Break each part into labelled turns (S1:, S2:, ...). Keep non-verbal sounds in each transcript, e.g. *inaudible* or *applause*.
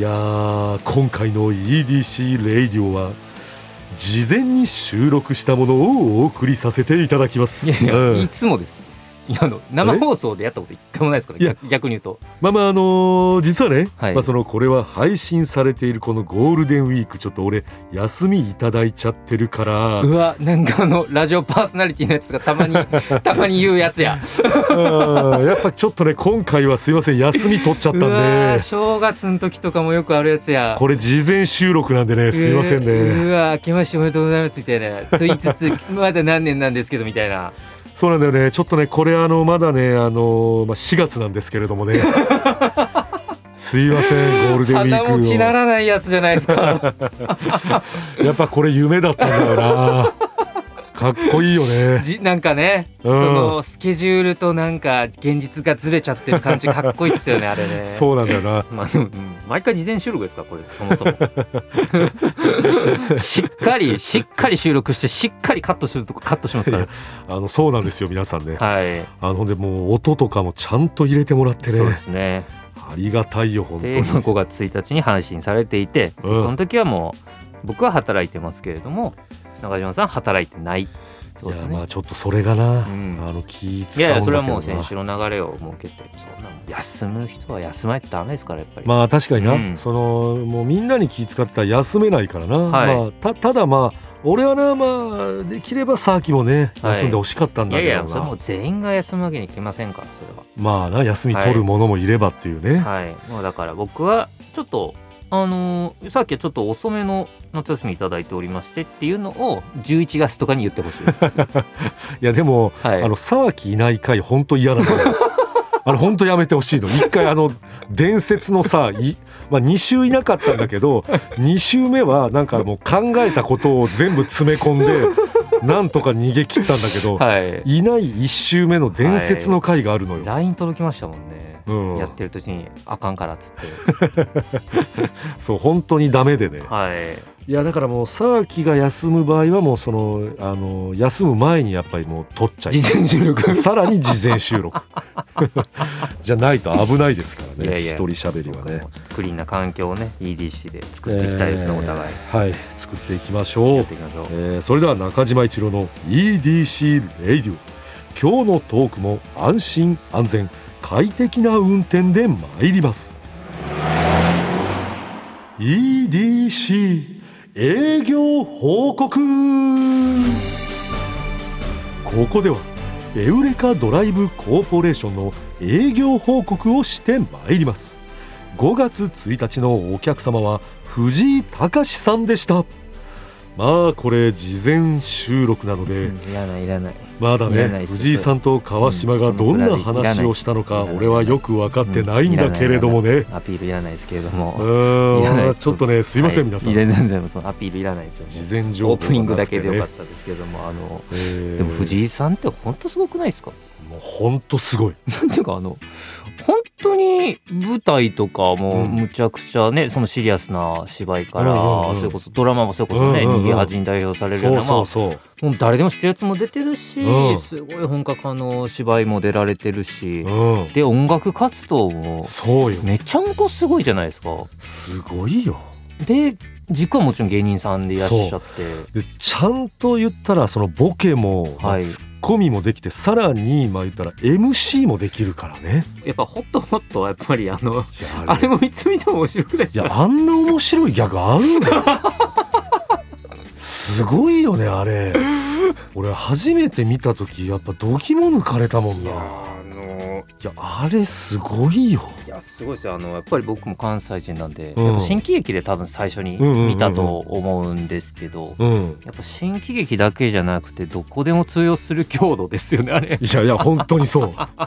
S1: やー今回の EDC レイディオは事前に収録したものをお送りさせていただきます
S2: いやいや、
S1: うん
S2: いつもです。いやあの生放送でやったこと一回もないですから、
S1: いや
S2: 逆逆に言うと。
S1: まあまああのー実はね、
S2: はい
S1: まあ、そのこれは配信されているこのゴールデンウィークちょっと俺休みいただいちゃってるから
S2: うわ、なんかあのラジオパーソナリティのやつが
S1: *laughs*
S2: たまにたまに言うやつや。
S1: うん *laughs* やっぱちょっとね今回はすいません休み取っちゃったん
S2: うわ、
S1: で
S2: 正月の時とかもよくあるやつや。
S1: これ事前収録なんでねすいません
S2: う
S1: ね
S2: ーうわ、明けましておめでとうございますみたいな。と言いつつまだ何年なんですけどみたいな。
S1: そうなんだよねちょっとねこれあのまだねあの、まあ、4月なんですけれどもねすいませんゴールデンウィ
S2: 鼻持ちな
S1: ー
S2: らないやつじゃないです
S1: *laughs*
S2: か。
S1: クをやっぱこれ夢だったんだよなかっこいいよね
S2: じなんかね、
S1: うん
S2: そのスケジュールとなんか現実がずれちゃってる感じかっこいいっすよねあれね。
S1: *laughs* そうなんだよな
S2: まあでも、うん毎回事前収録ですかこれそも
S1: *laughs*
S2: そもしっかりしっかり収録してしっかりカットするとこカットしますか
S1: いやあのそうなんですよ皆さんね
S2: らはい、
S1: あのほんでもう音とかもちゃんと入れてもらって
S2: そうで
S1: ね
S2: すね
S1: ありがたいよ本当
S2: で
S1: に
S2: 5月1日に配信されていて、
S1: うん
S2: この時はもう僕は働いてますけれども中島さん働いてないってこと
S1: い
S2: で
S1: や
S2: すね
S1: まあちょっとそれがな、
S2: ん
S1: あの気使
S2: い
S1: うん
S2: や
S1: だけどな
S2: いやそれはもう先週の流れを設けてそんなの休む人は休まないとダメですからやっぱり、
S1: まあ確かにな、
S2: うん
S1: そのもうみんなに気使ってたら休めないからな、
S2: はい
S1: まあ、たただまあ俺はなまあできればさっきもね
S2: はい
S1: 休んでほしかったん
S2: い
S1: だ
S2: や
S1: け
S2: い
S1: ど
S2: や
S1: な、
S2: それはもう全員が休むわけにいきませんからそれは
S1: まあな休み取るものもいればっていうね、、
S2: はい、もうだから僕はちょっとあのーさっきはちょっと遅めの夏休みいただいておりましてっていうのを11月とかに言ってほしいです。はい
S1: *laughs* やでも、
S2: い、
S1: あの沢木いない回本当嫌
S2: *laughs*
S1: なのあの本当やめてほしいの一回あの伝説のさい、まあ、2週いなかったんだけど2週目はなんかもう考えたことを全部詰め込んでなんとか逃げ切ったんだけど、
S2: はい、
S1: いない1週目の伝説の回があるのよ。
S2: LINE 届きましたもんね、
S1: うん
S2: やってる途中にあかんからっつって
S1: *laughs* そう本当にダメでね
S2: はい
S1: いやだからもう沢木が休む場合はもうそのあの休む前にやっぱりもう取っちゃい
S2: 事前収録
S1: さらに事前収
S2: *laughs*
S1: 録じゃないと危ないですから
S2: いや
S1: ね
S2: いや
S1: 一人喋りは
S2: 僕
S1: ね
S2: もちょっとクリーンな環境をね EDC で作っていきたいですね、お互い
S1: えーはい作っていきましょう
S2: やっていきましょう、
S1: えーそれでは中島一郎の EDC レイディオ今日のトークも安心安全快適な運転で参ります EDC 営業報告ここではエウレカドライブコーポレーションの営業報告をしてまいります5月1日のお客様は藤井隆さんでしたまあこれ事前収録なので、
S2: うんいらないいらない
S1: まだ
S2: いらな
S1: ね
S2: いです
S1: 藤井さんと川島がどんな話をしたのか
S2: うん
S1: 俺はよく分かってないんだけれどもね
S2: アピールいらないですけれど
S1: う
S2: も、いらない
S1: ーんちょっとねすいません
S2: は
S1: 皆さん
S2: いや全然そのアピールいらないですよね
S1: 事前情報
S2: オープニングだけでよか
S1: っ
S2: ったですけども、あの
S1: たで
S2: でも藤井さんって本当すごくないですか
S1: もうほんとすごい
S2: なんていうかあの本当に舞台とかも
S1: うん
S2: むちゃくちゃねそのシリアスな芝居か
S1: うんうんう
S2: ら
S1: ん
S2: それこそドラマもそれこそね
S1: うんうんうん
S2: 逃げ恥に代表されるよ
S1: そ
S2: う
S1: う
S2: なま
S1: そ
S2: あ
S1: うそう
S2: もう誰でも知ってるやつも出てるし
S1: うん
S2: すごい本格派の芝居も出られてるし
S1: うん
S2: で音楽活動も
S1: そうよ
S2: めちゃんこすごいじゃないですか。
S1: すごいよ
S2: で軸はもちろん芸人さんでいらっしゃって
S1: でちゃんと言ったらそのボケもまあ
S2: はい
S1: ツッコミもできてさらにまあ言ったら MC もできるからね
S2: やっぱホットホットはやっぱりあの
S1: いや
S2: あれもいつ見ても面白くないで
S1: い
S2: す
S1: や
S2: か
S1: あんな面白いギャグあるの *laughs* すごいよねあれ俺初めて見た時やっぱ度肝抜かれたもん
S2: い
S1: な
S2: や
S1: い
S2: あの
S1: やあれすごいよ
S2: いやすごいですよあのやっぱり僕も関西人なんで、
S1: うん
S2: やっぱ新喜劇で多分最初に見たと思うんですけど、
S1: うん
S2: やっぱ新喜劇だけじゃなくてどこでも通用する強度ですよねあれ。
S1: いやいや本当にそう *laughs* あ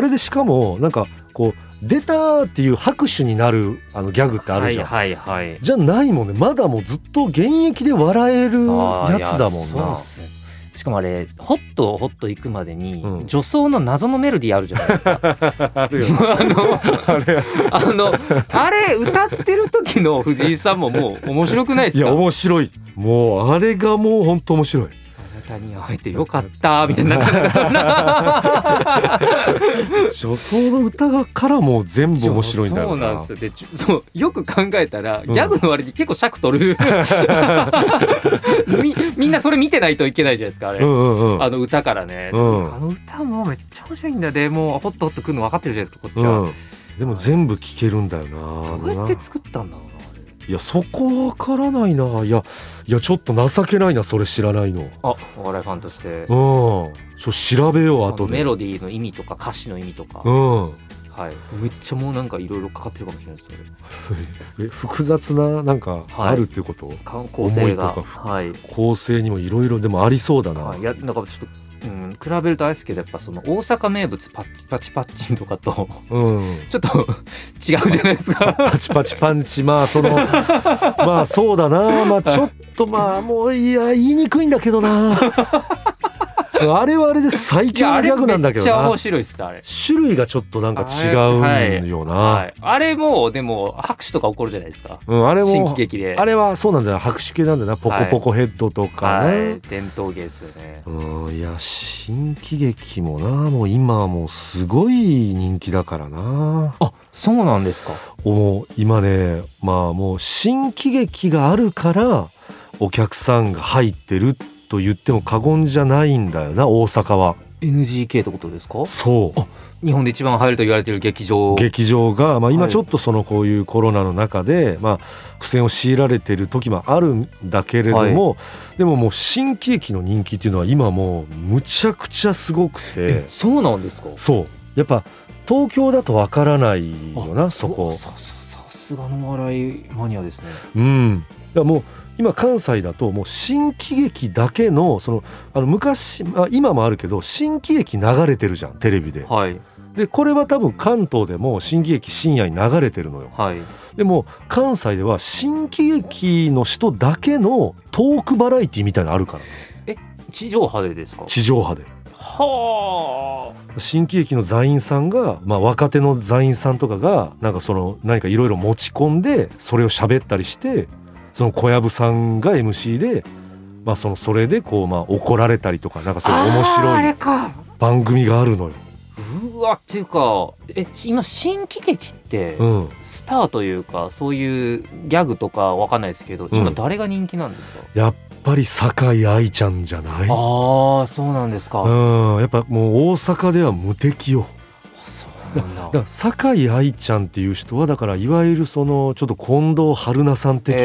S1: れでしかもなんかこう出たっていう拍手になるあのギャグってあるじゃん、
S2: はいはいはい。
S1: じゃないもんねまだもうずっと現役で笑える
S2: あー
S1: やつだも
S2: い
S1: ん
S2: やそう
S1: な
S2: っすねしかもあれホットホット行くまでに、
S1: うん
S2: 女装の謎のメロディーあるじゃないですか
S1: *laughs* あるよね
S2: *laughs* あ
S1: あれ
S2: のあのあれ歌ってる時の藤井さんももう面白くないで
S1: い
S2: すか
S1: や面白いもうあれがもう本当面白い
S2: あなたに会えてよかったみたいななんかそんな
S1: 女装の歌がからもう全部面白いんだよ
S2: そうなんですよでちゅそうよく考えたら
S1: ん
S2: ギャグの割に結構尺取
S1: *laughs*
S2: る、みみんなそれ見てないといけないじゃないですかあれ、
S1: うんうんうん
S2: あの歌からね、
S1: うん
S2: あの歌もめっちゃ面白いんだでもうホットホットくるの分かってるじゃないですかこっち
S1: う
S2: は、
S1: んでも全部聞けるんだよな
S2: どうやって作ったんだろうない
S1: やそこわからないないやいやちょっと情けないなそれ知らないの
S2: あれあお笑いファンとして
S1: うんちょ調べよう後
S2: メ
S1: で
S2: ロディーの意味とか歌詞の意味とか、
S1: うん
S2: はい、めっちゃもうなんかいろいろかかってるかもしれないですよ
S1: え複雑ななんか
S2: はい
S1: あるっていうこと、
S2: か構成が
S1: 思いとか含
S2: はい
S1: 構成にもいろいろでもありそうだな、
S2: はい、いやなんかちょっと、うん、比べるとあれですけどやっぱその大阪名物パッパチパッチンとかと
S1: うん
S2: ちょっと違うじゃないです
S1: *laughs*
S2: か。
S1: パチパチパンチまあその *laughs* まあそうだなまあちょっとまあもういや言いにくいんだけどなあれはあれで最強のギャグなんだけど
S2: いやあれめっちゃ
S1: な
S2: 面白いっすあれ。
S1: 種類がちょっとなんか違うんよな
S2: はい、あれもうでも拍手とか起こるじゃないですか。
S1: うん、あれ
S2: 新
S1: も
S2: 喜劇で。
S1: あれはそうなんだよ拍手系なんだよなポコポコヘッドとかね、
S2: はい、伝統芸ですよね。
S1: うんいや新喜劇もなもう今はもうすごい人気だからな
S2: あそうなんですか。
S1: もう今ねまあもう新喜劇があるからお客さんが入ってると言っても過言じゃないんだよな大阪は
S2: NGK ってことですか
S1: そ
S2: 日本で一番入ると言われてる劇
S1: う
S2: 場。
S1: 劇場が、まあ、今
S2: はい
S1: ちょっとそのこういうコロナの中で、まあ、苦戦を強いられてる時もあるんだけれども、でももう新喜劇の人気っていうのは今もうむちゃくちゃすごくて
S2: えそうなんですか
S1: そうやっぱ東京だとわからないよなそこ。
S2: さささすがの笑いマニアですね。
S1: うん、だからもう今関西だともう新喜劇だけのそのあの昔、まあ、今もあるけど新喜劇流れてるじゃんテレビで。
S2: はい
S1: でこれは多分関東でも新喜劇深夜に流れてるのよ。
S2: はい。
S1: でも関西では新喜劇の人だけのトークバラエティみたいなのあるから
S2: 地上波でですか
S1: 地上波で。
S2: はあ
S1: 新喜劇の座員さんが、まあ、若手の座員さんとかがなんかその何かいろいろ持ち込んでそれを喋ったりしてその小籔さんが MC で、まあ、そのそれでこう、まあ、怒られたりとかなんかそういう面
S2: あーあ
S1: 白い
S2: れか
S1: 番組があるのよ。
S2: うわっていうかえ今新喜劇って、
S1: うん、
S2: スターというかそういうギャグとかわかんないですけど
S1: う
S2: 今
S1: ん
S2: 誰が人気なんですか、
S1: やっぱり酒井愛ちゃんじゃない
S2: ああそうなんですか、
S1: うん、やっぱもう大阪では無敵よ
S2: そうなんだ
S1: だから酒井愛ちゃんっていう人はだからいわゆるそのちょっと近藤春菜さん的な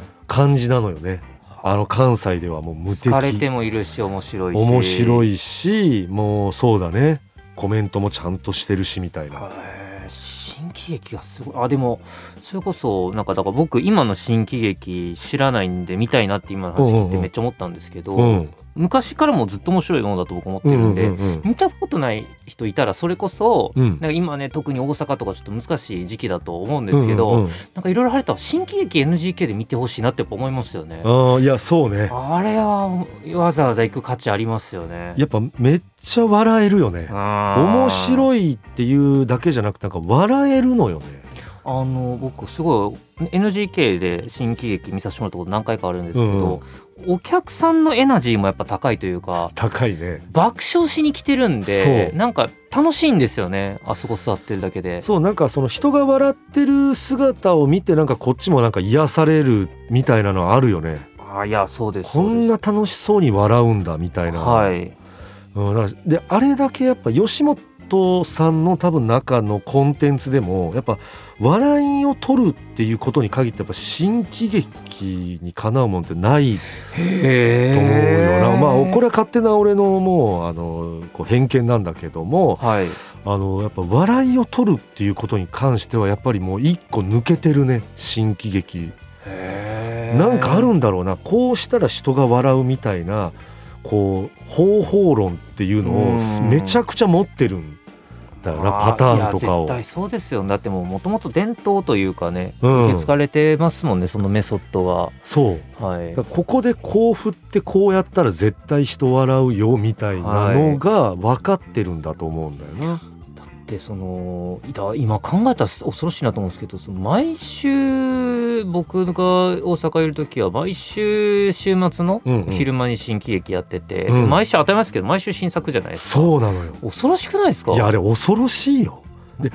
S2: ええ
S1: 感じなのよね、あの関西ではもう無敵
S2: 疲れてもいるし面白いし
S1: 面白
S2: い
S1: いしもうそうだねコメントもちゃんとしてるしみたいな
S2: 新喜劇がすごいあでもそれこそなんかだから僕今の新喜劇知らないんで見たいなって今の話聞いてめっちゃ思ったんですけど、
S1: うん
S2: 昔からもずっと面白いものだと僕思って
S1: うん
S2: る
S1: うんん
S2: で、
S1: うん
S2: 見たことない人いたらそれこそ、
S1: うん
S2: なんか今ね特に大阪とかちょっと難しい時期だと思うんですけど、
S1: うんうんうん
S2: なんかいろいろ晴れたら新喜劇 NGK で見てほしいなってやっぱ思いますよね。
S1: あーいやそうね
S2: あれはわざわざ行く価値ありますよね。
S1: やっぱめっちゃ笑えるよね面
S2: 面い
S1: 白いっていうだけじゃなくてなんか笑えるのよね
S2: あの僕すごい NGK で新喜劇見させてもらったこと何回かあるんですけど、お客さんのエナジーもやっぱ高いというか
S1: 高いね
S2: 爆笑しに来てるんで
S1: そう
S2: なんか楽しいんですよねあそこ座ってるだけで。
S1: そうなんかその人が笑ってる姿を見てなんかこっちもなんか癒されるみたいなのあるよね
S2: あいやそうです
S1: こんな楽しそうに笑うんだみたいな
S2: はい
S1: うん、だからであれだけやっぱ吉本トさんの多分中のコンテンツでもやっぱ笑いを取るっていうことに限ってやっぱ新喜劇にかなうもんってない
S2: へ
S1: と思うよな、まあこ
S2: れ
S1: れは勝手な俺のもうあのこう偏見なんだけども
S2: はい
S1: あのやっぱ笑いを取るっていうことに関してはやっぱりもう一個抜けてるね新喜劇なんかあるんだろうなこうしたら人が笑うみたいなこう方法論っていうのを
S2: うん
S1: めちゃくちゃ持ってるんだよな
S2: あー
S1: パターンとか
S2: いや絶
S1: を。
S2: 対そうですよだってもうもともと伝統というかね
S1: うん
S2: 受け、継がれてますもんね、そのメソッドは
S1: そう
S2: はい
S1: だからここでこう振ってこうやったら絶対人笑うよみたいなのが分かってるんだと思うんだよな。
S2: でそのいた今考えたら恐ろしいなと思うんですけどその毎週僕が大阪いる時は毎週週末の
S1: うんうん
S2: 昼間に新喜劇やってて、
S1: うん
S2: で毎週当たり前ですけど毎週新作じゃないですか
S1: そうなのよ
S2: 恐ろしくないですか
S1: いやあれ恐ろしいよ。で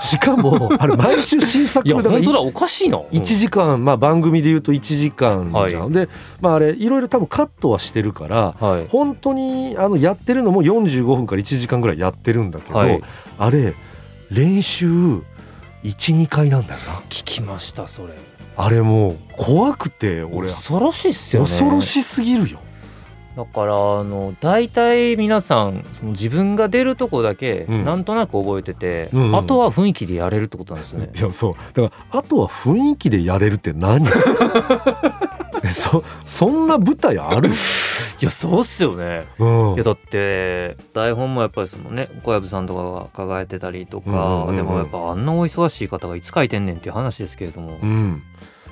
S1: しか
S2: *laughs*
S1: もあれ毎週新作
S2: いや
S1: だから
S2: 本当だおかしいな
S1: 1時間、まあ、番組で言うと1時間じゃん、
S2: は
S1: で、まあ、あれいろいろ多分カットはしてるから
S2: うんはい
S1: 本当にあのやってるのも45分から1時間ぐらいやってるんだけど、
S2: はい
S1: あれ練習12回なんだよな
S2: 聞きましたそれ
S1: あれもう怖くて俺
S2: 恐ろしいっすよね
S1: 恐ろしすぎるよ。
S2: だからあの大体皆さんその自分が出るとこだけ
S1: うん
S2: なんとなく覚えてて、
S1: うんうん
S2: あとは雰囲気でやれるってことなんです
S1: *laughs*
S2: よね
S1: い。やそうだからあとは雰囲気でやれるって
S2: *laughs*
S1: 何そそんな舞台ある、
S2: いやそうっすよね。
S1: うん
S2: いやだって台本もやっぱりそのね小籔さんとかが抱えてたりとか、
S1: うんうんうんうん
S2: でもやっぱあんなお忙しい方がいつ書いてんねんっていう話ですけれども、
S1: うん、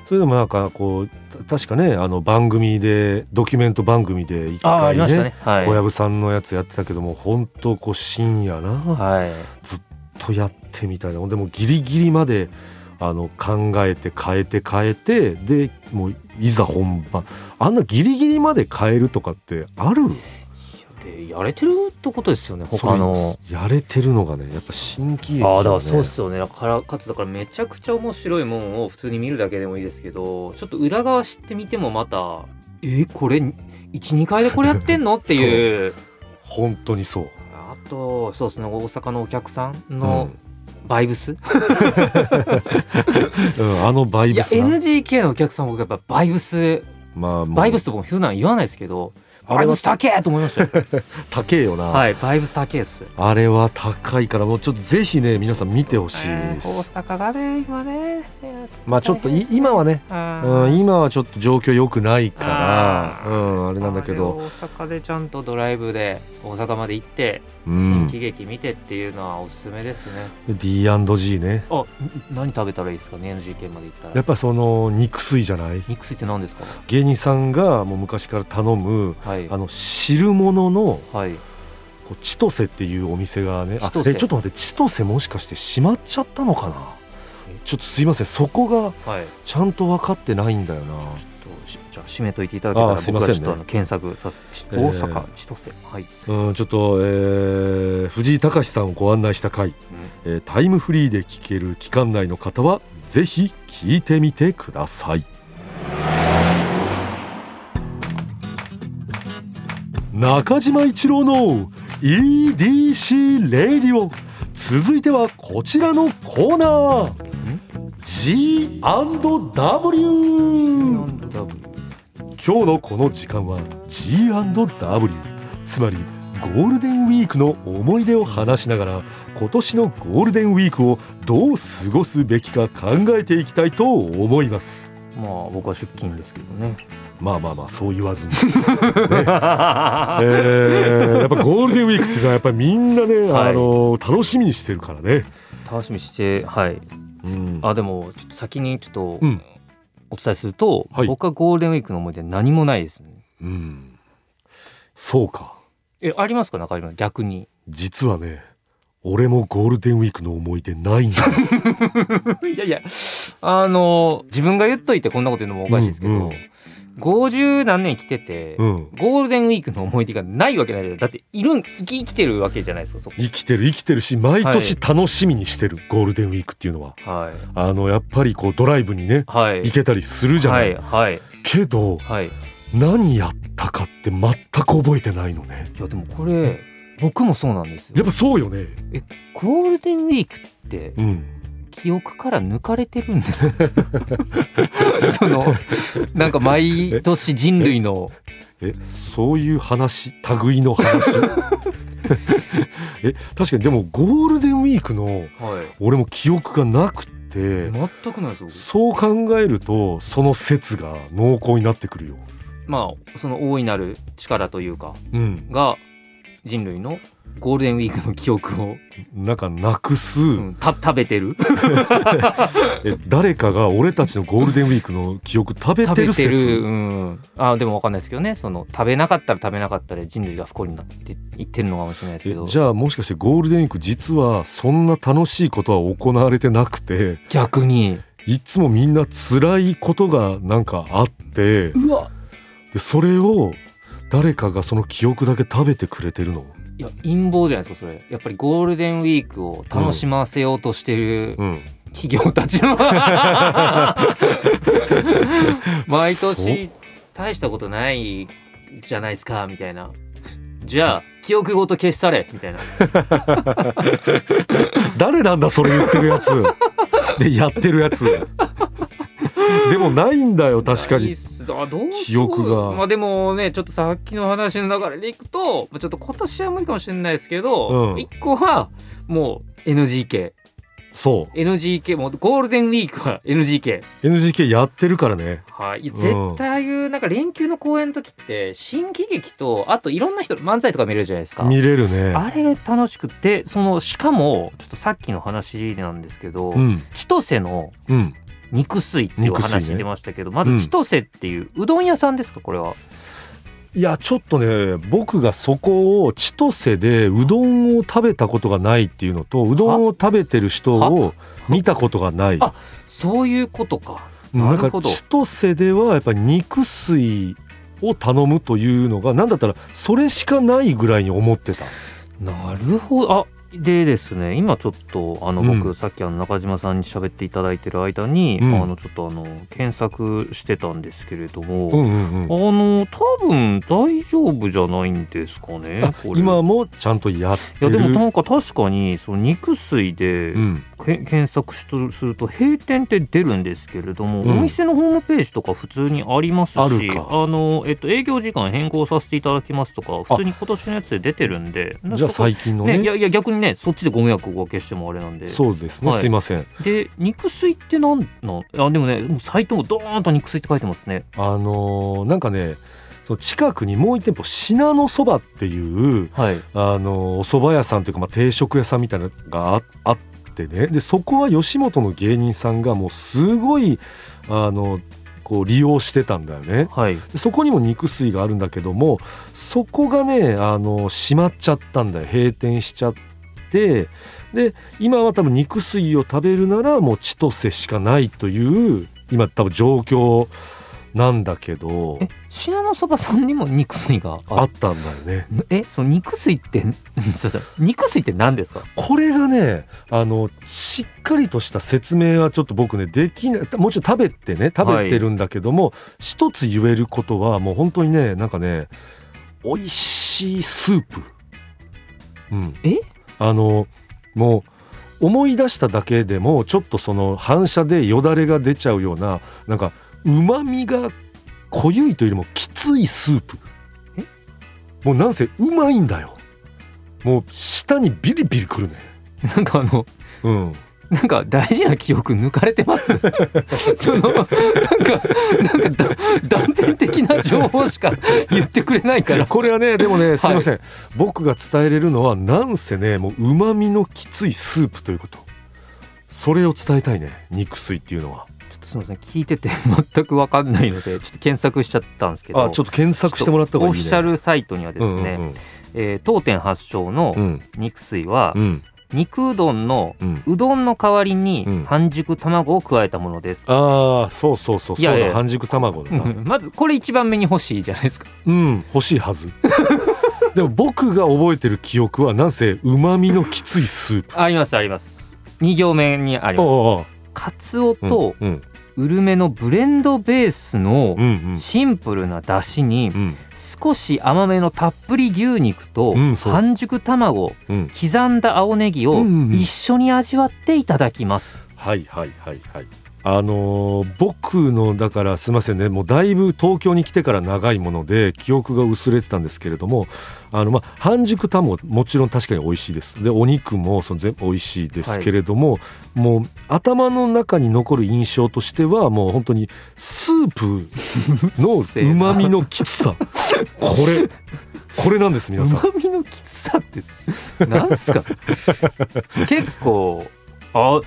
S1: それでもなんかこうた確かねあの番組でドキュメント番組で一
S2: あああ
S1: 回
S2: り
S1: ね
S2: ましたね。はい、
S1: 小籔さんのやつやってたけども本当こう深夜な、
S2: はい、
S1: とやってみたいなほんでもうギリギリまであの考えて変えて変えてでもういざ本番あんなギリギリまで変えるとかってある
S2: でやれてるってことですよね他の。
S1: それやれてるのがねやっぱ新喜劇、ね、
S2: ああだからそうですよねだからかつだからめちゃくちゃ面白いもんを普通に見るだけでもいいですけどちょっと裏側知ってみてもまたえこれ12回でこれやってんのっていう
S1: 本当にそう、
S2: あとそうですね大阪のお客さん
S1: うん
S2: のバイブス、
S1: うんあのバイ
S2: い
S1: ブ
S2: や
S1: スな
S2: NGK のお客さん僕やっぱバイブス
S1: まあ
S2: バイブ
S1: ス
S2: スと僕普段言わないですけど
S1: あれは
S2: バイブス高えと思いま
S1: *laughs*
S2: したよ
S1: 高えよな、
S2: はいバイブス高えっす
S1: あれは高いからもうちょっとぜひね皆さん見てほしい
S2: え
S1: で
S2: ー
S1: す、
S2: 大阪がね今ねいや
S1: まあちょっとい今はね、
S2: あー
S1: うん、今はちょっと状況良くないか
S2: あ
S1: ら
S2: ー
S1: うん、あれなんだけど、
S2: あれ大阪でちゃんとドライブで大阪まで行って
S1: う
S2: 新
S1: ん、
S2: 喜劇見てっていうのはおすすめですね、
S1: D&G ね
S2: あん何食べたらいいですかね NGK まで行った
S1: や
S2: ら
S1: っぱその肉水じゃない
S2: 肉水って何ですか
S1: 芸人さんがもう昔から頼む
S2: はい
S1: あの汁物の
S2: はい
S1: こう千歳っていうお店がねあ
S2: 千歳
S1: えちょっと待って千歳もしかして閉まっちゃったのかな
S2: え
S1: ちょっとすいませんそこが
S2: はい
S1: ちゃんと分かってないんだよな
S2: ちょっとしじゃあ締めといていただけたら
S1: あーすい
S2: 僕
S1: ませんね
S2: はちょっとあの検索させち
S1: え
S2: 大
S1: ー
S2: 阪千歳はい、
S1: うん、ちょっと、えー藤井隆さんをご案内した回、えータイムフリーで聴ける期間内の方はぜひ聞いてみてください中島一郎の EDC レディオ続いてはこちらのコーナー G&W
S2: なんだ
S1: 今日のこの時間は G&W つまりゴールデンウィークの思い出を話しながら今年のゴールデンウィークをどう過ごすべきか考えていきたいと思います
S2: まあ僕は出勤ですけどね
S1: まあまあまあそう言わずに、 *laughs* え
S2: *laughs*
S1: ーやっぱゴールデンウィークっていうのはやっぱりみんなね、
S2: はい
S1: あの楽しみにしてるからね、
S2: 楽しみにしてはい
S1: うん、
S2: あでもちょっと先にちょっと
S1: うん
S2: お伝えすると、
S1: はい
S2: 僕はゴールデンウィークの思い出何もないですね
S1: うんそうか
S2: えありますか中島さん逆に *laughs*
S1: 実はね俺もゴールデンウィークの思い出ないんだ *laughs*
S2: いやいやあの自分が言っといてこんなこと言うのもおかしいですけど、
S1: うんうん
S2: 50何年来てて、
S1: うん
S2: ゴールデンウィークの思い出がないわけないじゃないだっているん生き生きてるわけじゃないですかそこ
S1: 生きてる生きてるし毎年楽しみにしてる、ゴールデンウィークっていうのは
S2: はい
S1: あのやっぱりこうドライブにね
S2: はい
S1: 行けたりするじゃな、
S2: はいいはい
S1: けど
S2: はいい
S1: 何やったかって全く覚えてないのね
S2: やでもこれ僕もそうなんです
S1: や
S2: よ
S1: っぱそうよね
S2: ゴールデンウィークって
S1: うん
S2: 記憶から抜かれてるんです
S1: *laughs*
S2: そのなんか毎年人類の
S1: えそういう話類の
S2: *laughs*
S1: 話え確かにでもゴールデンウィークの
S2: はい
S1: 俺も記憶がなくて
S2: 全くないですよ
S1: そう考えるとその説が濃厚になってくるよ
S2: まあその大いなる力というか
S1: うん
S2: が人類のゴールデンウィークの記憶を、
S1: なんかなくす、
S2: うんた食べてる
S1: え誰かが俺たちのゴールデンウィークの記憶 *laughs* 食べ
S2: 食
S1: て
S2: べ
S1: る
S2: て
S1: 説
S2: る、うん、あでも分かんないですけどねその食べなかったら食べなかったで人類が不幸になっていってるのかもしれないですけ
S1: え
S2: ど
S1: じゃあもしかしてゴールデンウィーク実はそんな楽しいことは行われてなくて
S2: 逆に
S1: いつもみんな辛いことがなんかあって
S2: うわ
S1: でそれを誰かがその記憶だけ食べてくれてるの
S2: いや陰謀じゃないですかそれやっぱりゴールデンウィークを楽しませようとしてる
S1: うん
S2: 企業
S1: *laughs*
S2: たちの毎年大したことないじゃないですかみたいなじゃあ記憶ごと消し去れみたいな
S1: 誰なんだそれ言ってるや
S2: *laughs*
S1: つでやってるやつでもないんだよ確か
S2: いい
S1: に
S2: っすあどう
S1: 記憶が
S2: まあでもねちょっとさっきの話の流れでいくとまあちょっと今年は無理かもしれないですけ
S1: う
S2: ど、
S1: ん
S2: 一個はもう NGKNGK
S1: そ
S2: NGK もうゴールデンウィークは NGK
S1: う NGK やってるからね
S2: はい、
S1: ん
S2: 絶対ああいうなんか連休の公演の時って新喜劇とあといろんな人の漫才とか見れるじゃないですか。
S1: 見れるね
S2: あれが楽しくてそのしかもちょっとさっきの話なんですけど、
S1: うん
S2: 千歳の
S1: うん
S2: 肉水っていうお
S1: 肉水
S2: 話
S1: ね
S2: 出ましたけど、まず千歳っていううどん屋さんですかこれは。
S1: いやちょっとね僕がそこを千歳でうどんを食べたことがないっていうのとうどんを食べてる人を見たことがない
S2: あそういうことか。
S1: うん
S2: なる
S1: ん
S2: ほ
S1: か
S2: ど
S1: 千歳ではやっぱり肉水を頼むというのが何だったらそれしかないぐらいに思ってた
S2: なるほど。あでですね今ちょっとあの
S1: うん
S2: 僕、さっきあの中島さんに喋っていただいてる間に、
S1: うん
S2: あのちょっとあの検索してたんですけれども。
S1: うんうん
S2: あ
S1: うん
S2: の多分大丈夫じゃないんですかね
S1: あ。
S2: これ
S1: 今もちゃんとやっ
S2: い
S1: て
S2: やで
S1: る
S2: もなんか確かにその肉水で、
S1: うん
S2: け検索しとすると閉店って出るんですけれども、
S1: うん
S2: お店のホームページとか普通にありますし
S1: あるか
S2: の、えっと、営業時間変更させていただきますとか普通に今年のやつで出てるんで
S1: じゃあ
S2: そこ
S1: 最近の
S2: ねい
S1: ね
S2: やいや逆にねそっちでご迷惑をおかけしてもあれなんで
S1: そうですね
S2: はい
S1: すいません
S2: で肉水ってなんなんあでもねもうサイトもドーンと肉水って書いてますね
S1: あのーなんかねその近くにもう一店舗信濃そばっていう
S2: はい
S1: あのお蕎麦屋さんというか、まあ、定食屋さんみたいなのがああってねでそこは吉本の芸人さんがもうすごいあのこう利用してたんだよね
S2: はい
S1: でそこにも肉水があるんだけどもそこがねあの閉まっちゃったんだよ閉店しちゃってで今は多分肉水を食べるならもう千歳しかないという今多分状況なんだけど
S2: え信濃そばさんにも肉水が
S1: あ
S2: あ
S1: ったんだよね。
S2: えその肉水って *laughs* すいません肉水って何ですか *laughs*
S1: これがねあのしっかりとした説明はちょっと僕ねできないもちろん食べてね食べてるんだけども、一つ言えることはもう本当にねなんかね美味しいスープうん
S2: え
S1: あのもう思い出しただけでもちょっとその反射でよだれが出ちゃうようななんかうまみが濃ゆいというよりもきついスープ
S2: え
S1: もうなんせうまいんだよもう舌にビリビリくるね
S2: なんかあの
S1: うん
S2: なんか大事な記憶抜かれてます *laughs* そのなんかなんかだ断片的な情報しか言ってくれな
S1: *laughs*
S2: いから
S1: これは
S2: *laughs*
S1: ねでもねすいません、僕が伝えれるのはなんせねもううまみのきついスープということそれを伝えたいね肉水っていうのは
S2: ちょっとすみません聞いてて全く分かんないのでちょっと検索しちゃったんですけど
S1: あちょっと検索してもらった方がいいね
S2: オフィシャルサイトにはですね、えー当店発祥の
S1: うんうん
S2: 肉水は、
S1: うんうん
S2: 肉うどんの
S1: うん
S2: うどんの代わり
S1: う
S2: に
S1: ん
S2: 半熟卵を加えたものです、
S1: ああそうそうそうそう
S2: いやいや
S1: だ半熟卵だな
S2: うん *laughs* まずこれ一番目に欲しいじゃないですか
S1: うん欲しいは
S2: *laughs*
S1: ずでも僕が覚えてる記憶はなんせうまみのきついスープ
S2: ありますあります2行目にありま
S1: お
S2: す
S1: うおう
S2: カツオ
S1: うん
S2: と
S1: うん
S2: ウルメのブレンドベースの
S1: うんうん
S2: シンプルな出汁に
S1: うん
S2: 少し甘めのたっぷり牛肉と
S1: うんそう
S2: 半熟卵
S1: うん
S2: 刻んだ青ネギ
S1: う
S2: を
S1: んうん
S2: 一緒に味わっていただきます。
S1: はいはいはいはいあのー僕のだからすいませんねもうだいぶ東京に来てから長いもので記憶が薄れてたんですけれどもあの、まあ、半熟タンももちろん確かに美味しいですでお肉もその全部美味しいですけれども、もう頭の中に残る印象としてはもう本当にスープの
S2: *laughs* せえ
S1: う
S2: な
S1: まみのきつさこれこれなんです皆
S2: う
S1: さ
S2: *laughs*
S1: ん
S2: まみのきつさってなんす
S1: *laughs*
S2: か結構あ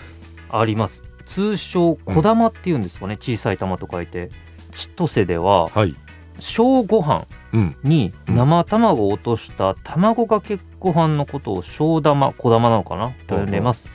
S2: あります通称小玉っていうんですかね、小さい玉と書いて千歳では
S1: はい
S2: 小ご飯
S1: うん
S2: に生卵を落とした卵かけご飯のことを小玉小玉なのかなと呼んでいます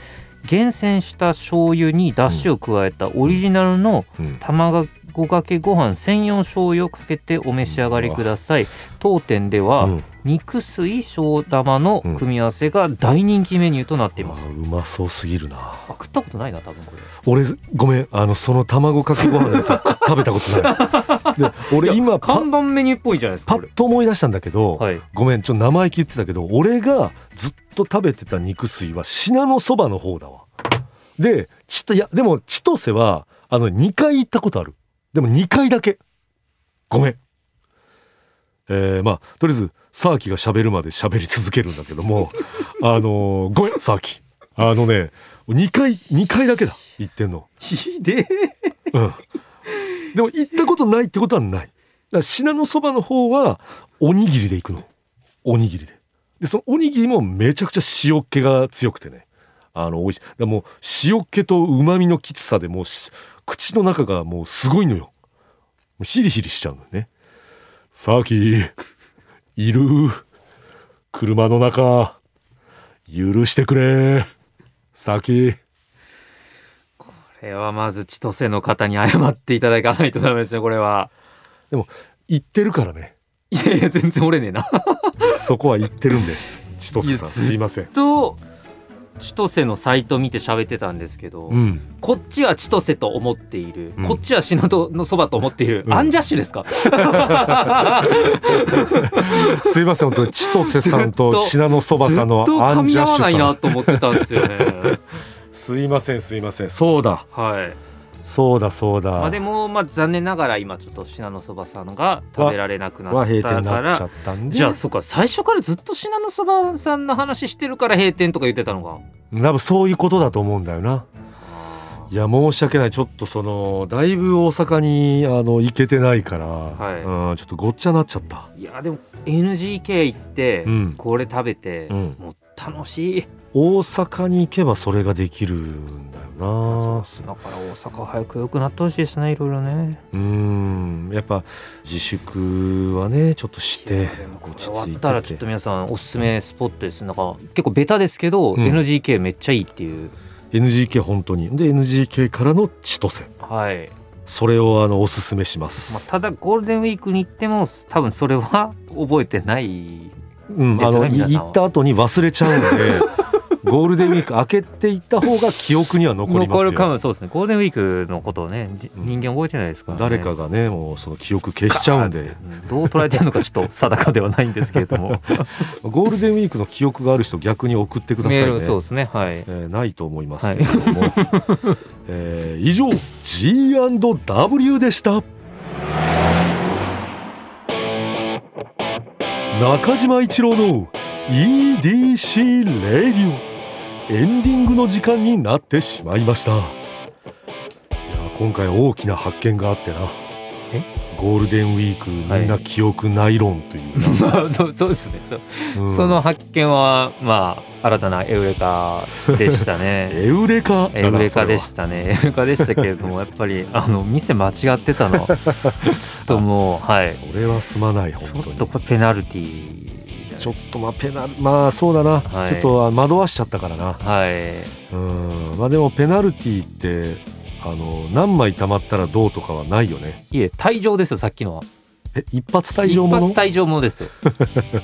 S2: 厳選した醤油に出汁を加えたオリジナルの
S1: うん
S2: 卵かけご飯専用醤油をかけてお召し上がりください当店では、
S1: うん
S2: 肉水小玉の組み合わせが大人気メニューとなっています、
S1: あーうまそうすぎるな
S2: あ食ったことないな多分これ
S1: 俺ごめんあのその卵かけご飯のや
S2: *laughs*
S1: つは食食べたことないで俺今パ
S2: 看板メニューっぽいじゃないです
S1: パ
S2: かこれ
S1: ッと思い出したんだけど、 *laughs*
S2: はい
S1: ごめんちょっと生意気言ってたけど俺がずっと食べてた肉水は信濃そばの方だわでちといやでも千歳はあの2回行ったことあるでも2回だけごめんえー、まあとりあえずサーキが喋るまで喋り続けるんだけど
S2: *laughs*
S1: もあのーごめんサーキあのね2回2回だけだ行ってんの
S2: ひで
S1: うんでも行ったことないってことはない。だから信濃そばの方はおにぎりで行くの。おにぎりで。でそのおにぎりもめちゃくちゃ塩気が強くてね。あの美味しい。だからもう塩気と旨味のきつさでもうし口の中がもうすごいのよ。もうヒリヒリしちゃうのよね。さきいる車の中許してくれさき
S2: これはまず千歳の方に謝っていただかないとダメですねこれは
S1: でも行ってるからね
S2: いやいや全然折れねえな
S1: そこは言ってるんで、千歳さん、
S2: いや
S1: すいません。
S2: と千歳のサイト見て喋ってたんですけど、
S1: うん、
S2: こっちは千歳と思っている、
S1: うん
S2: こっちは信濃のそばと思っている、
S1: うん
S2: アンジャッシュで
S1: *laughs*
S2: すか
S1: すいません、本当に千歳さん
S2: *laughs*
S1: と信濃そばさんの
S2: ずっと
S1: ア
S2: 噛
S1: ン
S2: み
S1: ジ
S2: 合
S1: ャッ
S2: わ
S1: シ
S2: ない
S1: ュさ。
S2: なんと思ってたんですよね
S1: すいません、すいません、そうだ、
S2: はい
S1: そうだ、そうだ。
S2: まあでもまあ残念ながら今ちょっと信濃そばさんが食べられなくな
S1: は
S2: っ
S1: 閉店
S2: た
S1: に
S2: か
S1: なっちゃ
S2: ら
S1: ったんで。
S2: じゃあそうか最初からずっと信濃そばさんの話してるから閉店とか言ってたのが
S1: 多分そういうことだと思うんだよな。いや、申し訳ない、ちょっとその、だいぶ大阪に、あの、行けてないから。
S2: はい
S1: うん、ちょっとごっちゃなっちゃった。
S2: いやでも NGK 行って
S1: うん
S2: これ食べて
S1: うん
S2: もう楽しい
S1: 大阪に行けば、それができるんだよな。
S2: だから大阪早く良くなってほしいですねいろいろね
S1: うーんやっぱ自粛はねちょっとして
S2: でもこれ
S1: 落ち着い
S2: 終
S1: て
S2: わ
S1: て
S2: ったらちょっと皆さんおすすめスポットですなんか結構ベタですけど
S1: うん
S2: NGK めっちゃいいっていう
S1: NGK 本当にで NGK からの千歳
S2: はい
S1: それをあのおすすめしま
S2: まあ、
S1: す、
S2: ただゴールデンウィークに行っても多分それは覚えてない
S1: うん
S2: で
S1: あ
S2: すね
S1: の
S2: 皆さんは
S1: 行った後に忘れちゃう
S2: *laughs*
S1: のでゴールデンウィーク明けて行った方が記憶には残ります
S2: るか
S1: よ
S2: もそうですねゴールデンウィークのことをねじ
S1: うん
S2: 人間覚えてないですから、ね
S1: 誰かがねもうその記憶消しちゃうんで
S2: うんどう捉えてるのかちょっと定かではないんですけれど
S1: *laughs*
S2: も
S1: ゴールデンウィークの記憶がある人逆に送ってください
S2: メ
S1: ね
S2: ールそうですねはい
S1: えーないと思いますけれども、 *laughs* えー以上 G&W でした中島一郎の EDC レディオエンディングの時間になってしまいましたいや今回大きな発見があってな
S2: え
S1: ゴールデンウィークみんな記憶ない論というな、
S2: まあそうそうですねそう、
S1: うん
S2: *laughs* その発見はまあ新たなエウレカでし
S1: *laughs*
S2: たね
S1: エウレカだな
S2: エウレカで
S1: そ
S2: したねエウレカでしたけれどもやっぱりあの店間違って
S1: *laughs*
S2: たのちょっともうはい
S1: れはそれはすまない本
S2: ち
S1: 当
S2: ょっ
S1: に
S2: とこれペナルティーじゃない
S1: ちょっとまあペナまあそうだな、
S2: はい
S1: ちょっとあ惑わしちゃったからな
S2: はい
S1: うんまあでもペナルティってあの何枚溜まったらどうとかはないよね
S2: いえ退場ですよさっきのは
S1: え一発退
S2: 一
S1: 場もの
S2: 発退場もの
S1: *laughs*
S2: ですよ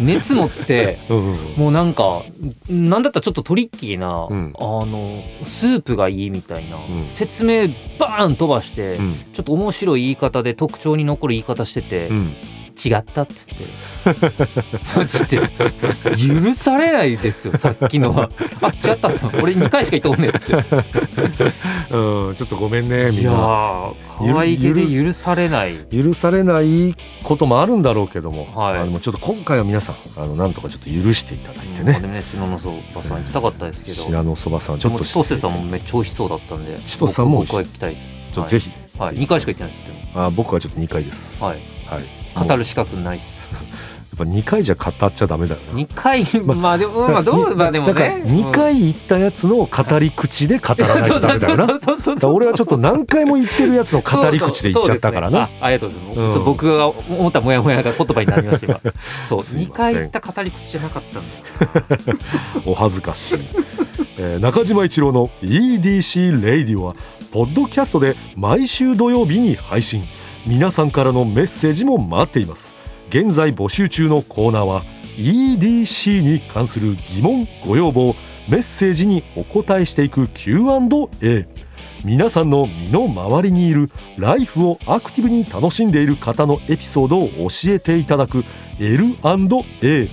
S2: 熱持って
S1: うんうんうん
S2: もうなんかなんだったらちょっとトリッキーな、
S1: うん
S2: あのスープがいいみたいな、
S1: うん
S2: 説明バーン飛ばして、
S1: うん
S2: ちょっと面白い言い方で特徴に残る言い方してて、
S1: うん
S2: 違ったっつって *laughs* マジで許されないですよさっきのはあ違ったっつって俺2回しか言っとんねんっつって
S1: うんちょっとごめんねみ
S2: い
S1: ん
S2: や
S1: な
S2: ー可愛げで許されない
S1: 許されないこともあるんだろうけども、
S2: はい
S1: あのちょっと今回は皆さんあのなんとかちょっと許していただいて
S2: ま
S1: ね、
S2: あでもね篠野そばさん行きたかったですけど、
S1: 白野そばさんちょっ
S2: もう
S1: と
S2: 千歳さんもめっちゃ美味しそうだったんで
S1: 千歳さんも美味しい
S2: 僕は行きたいです
S1: ちょっとぜひ、
S2: はい、2回しか行ってないですけ
S1: あ僕はちょっと2回です、
S2: ど、はい、
S1: はい
S2: 語
S1: もうやっ
S2: る資格ないです
S1: ぱ2回じゃ語っちゃダメだよな
S2: 2回
S1: ま
S2: まあでもまあどうまあでも
S1: だから
S2: ね
S1: 2回行ったやつの語り口で語らない
S2: そ
S1: とダ
S2: うそ
S1: メだよ
S2: うそう
S1: な
S2: *laughs* そうそうそう
S1: だから俺はちょっと何回も言ってるやつの語り口で言っちゃったからな
S2: そうそうそうですねあありがとうございます、
S1: うん
S2: そう僕が思ったモヤモヤが言葉になりました
S1: *laughs*
S2: 今そう
S1: すいません
S2: 2回言った語り口じゃなかったんだよ
S1: *laughs* お恥ずかしい、えー中島一郎の EDC レイディオはポッドキャストで毎週土曜日に配信皆さんからのメッセージも待っています現在募集中のコーナーは EDC に関する疑問ご要望メッセージにお答えしていく Q&A 皆さんの身の回りにいるライフをアクティブに楽しんでいる方のエピソードを教えていただく L&A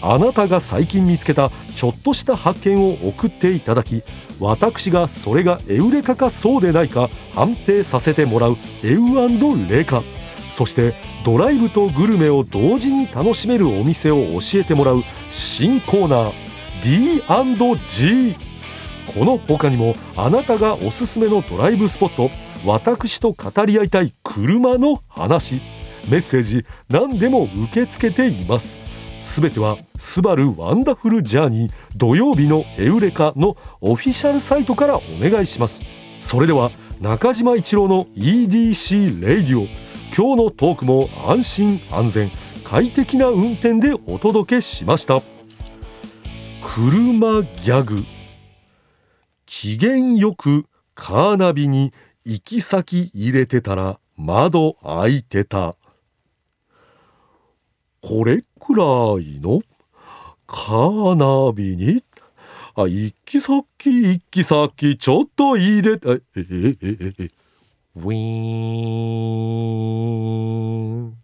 S1: あなたが最近見つけたちょっとした発見を送っていただき私がそれがエウレカかそうでないか判定させてもらうエウレカそしてドライブとグルメを同時に楽しめるお店を教えてもらう新コーナー D&G この他にもあなたがおすすめのドライブスポット私と語り合いたい車の話メッセージ何でも受け付けていますすべては「スバルワンダフルジャーニー土曜日のエウレカ」のオフィシャルサイトからお願いしますそれでは中島一郎の EDC レイディオ今日のトークも安心安全快適な運転でお届けしました車ギャグ機嫌よくカーナビに行き先入れてたら窓開いてたこれくらいのカーナビにあ行き先行き先ちょっと入れてえええええウィーン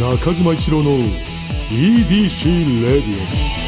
S1: 中島一郎の EDC レディオ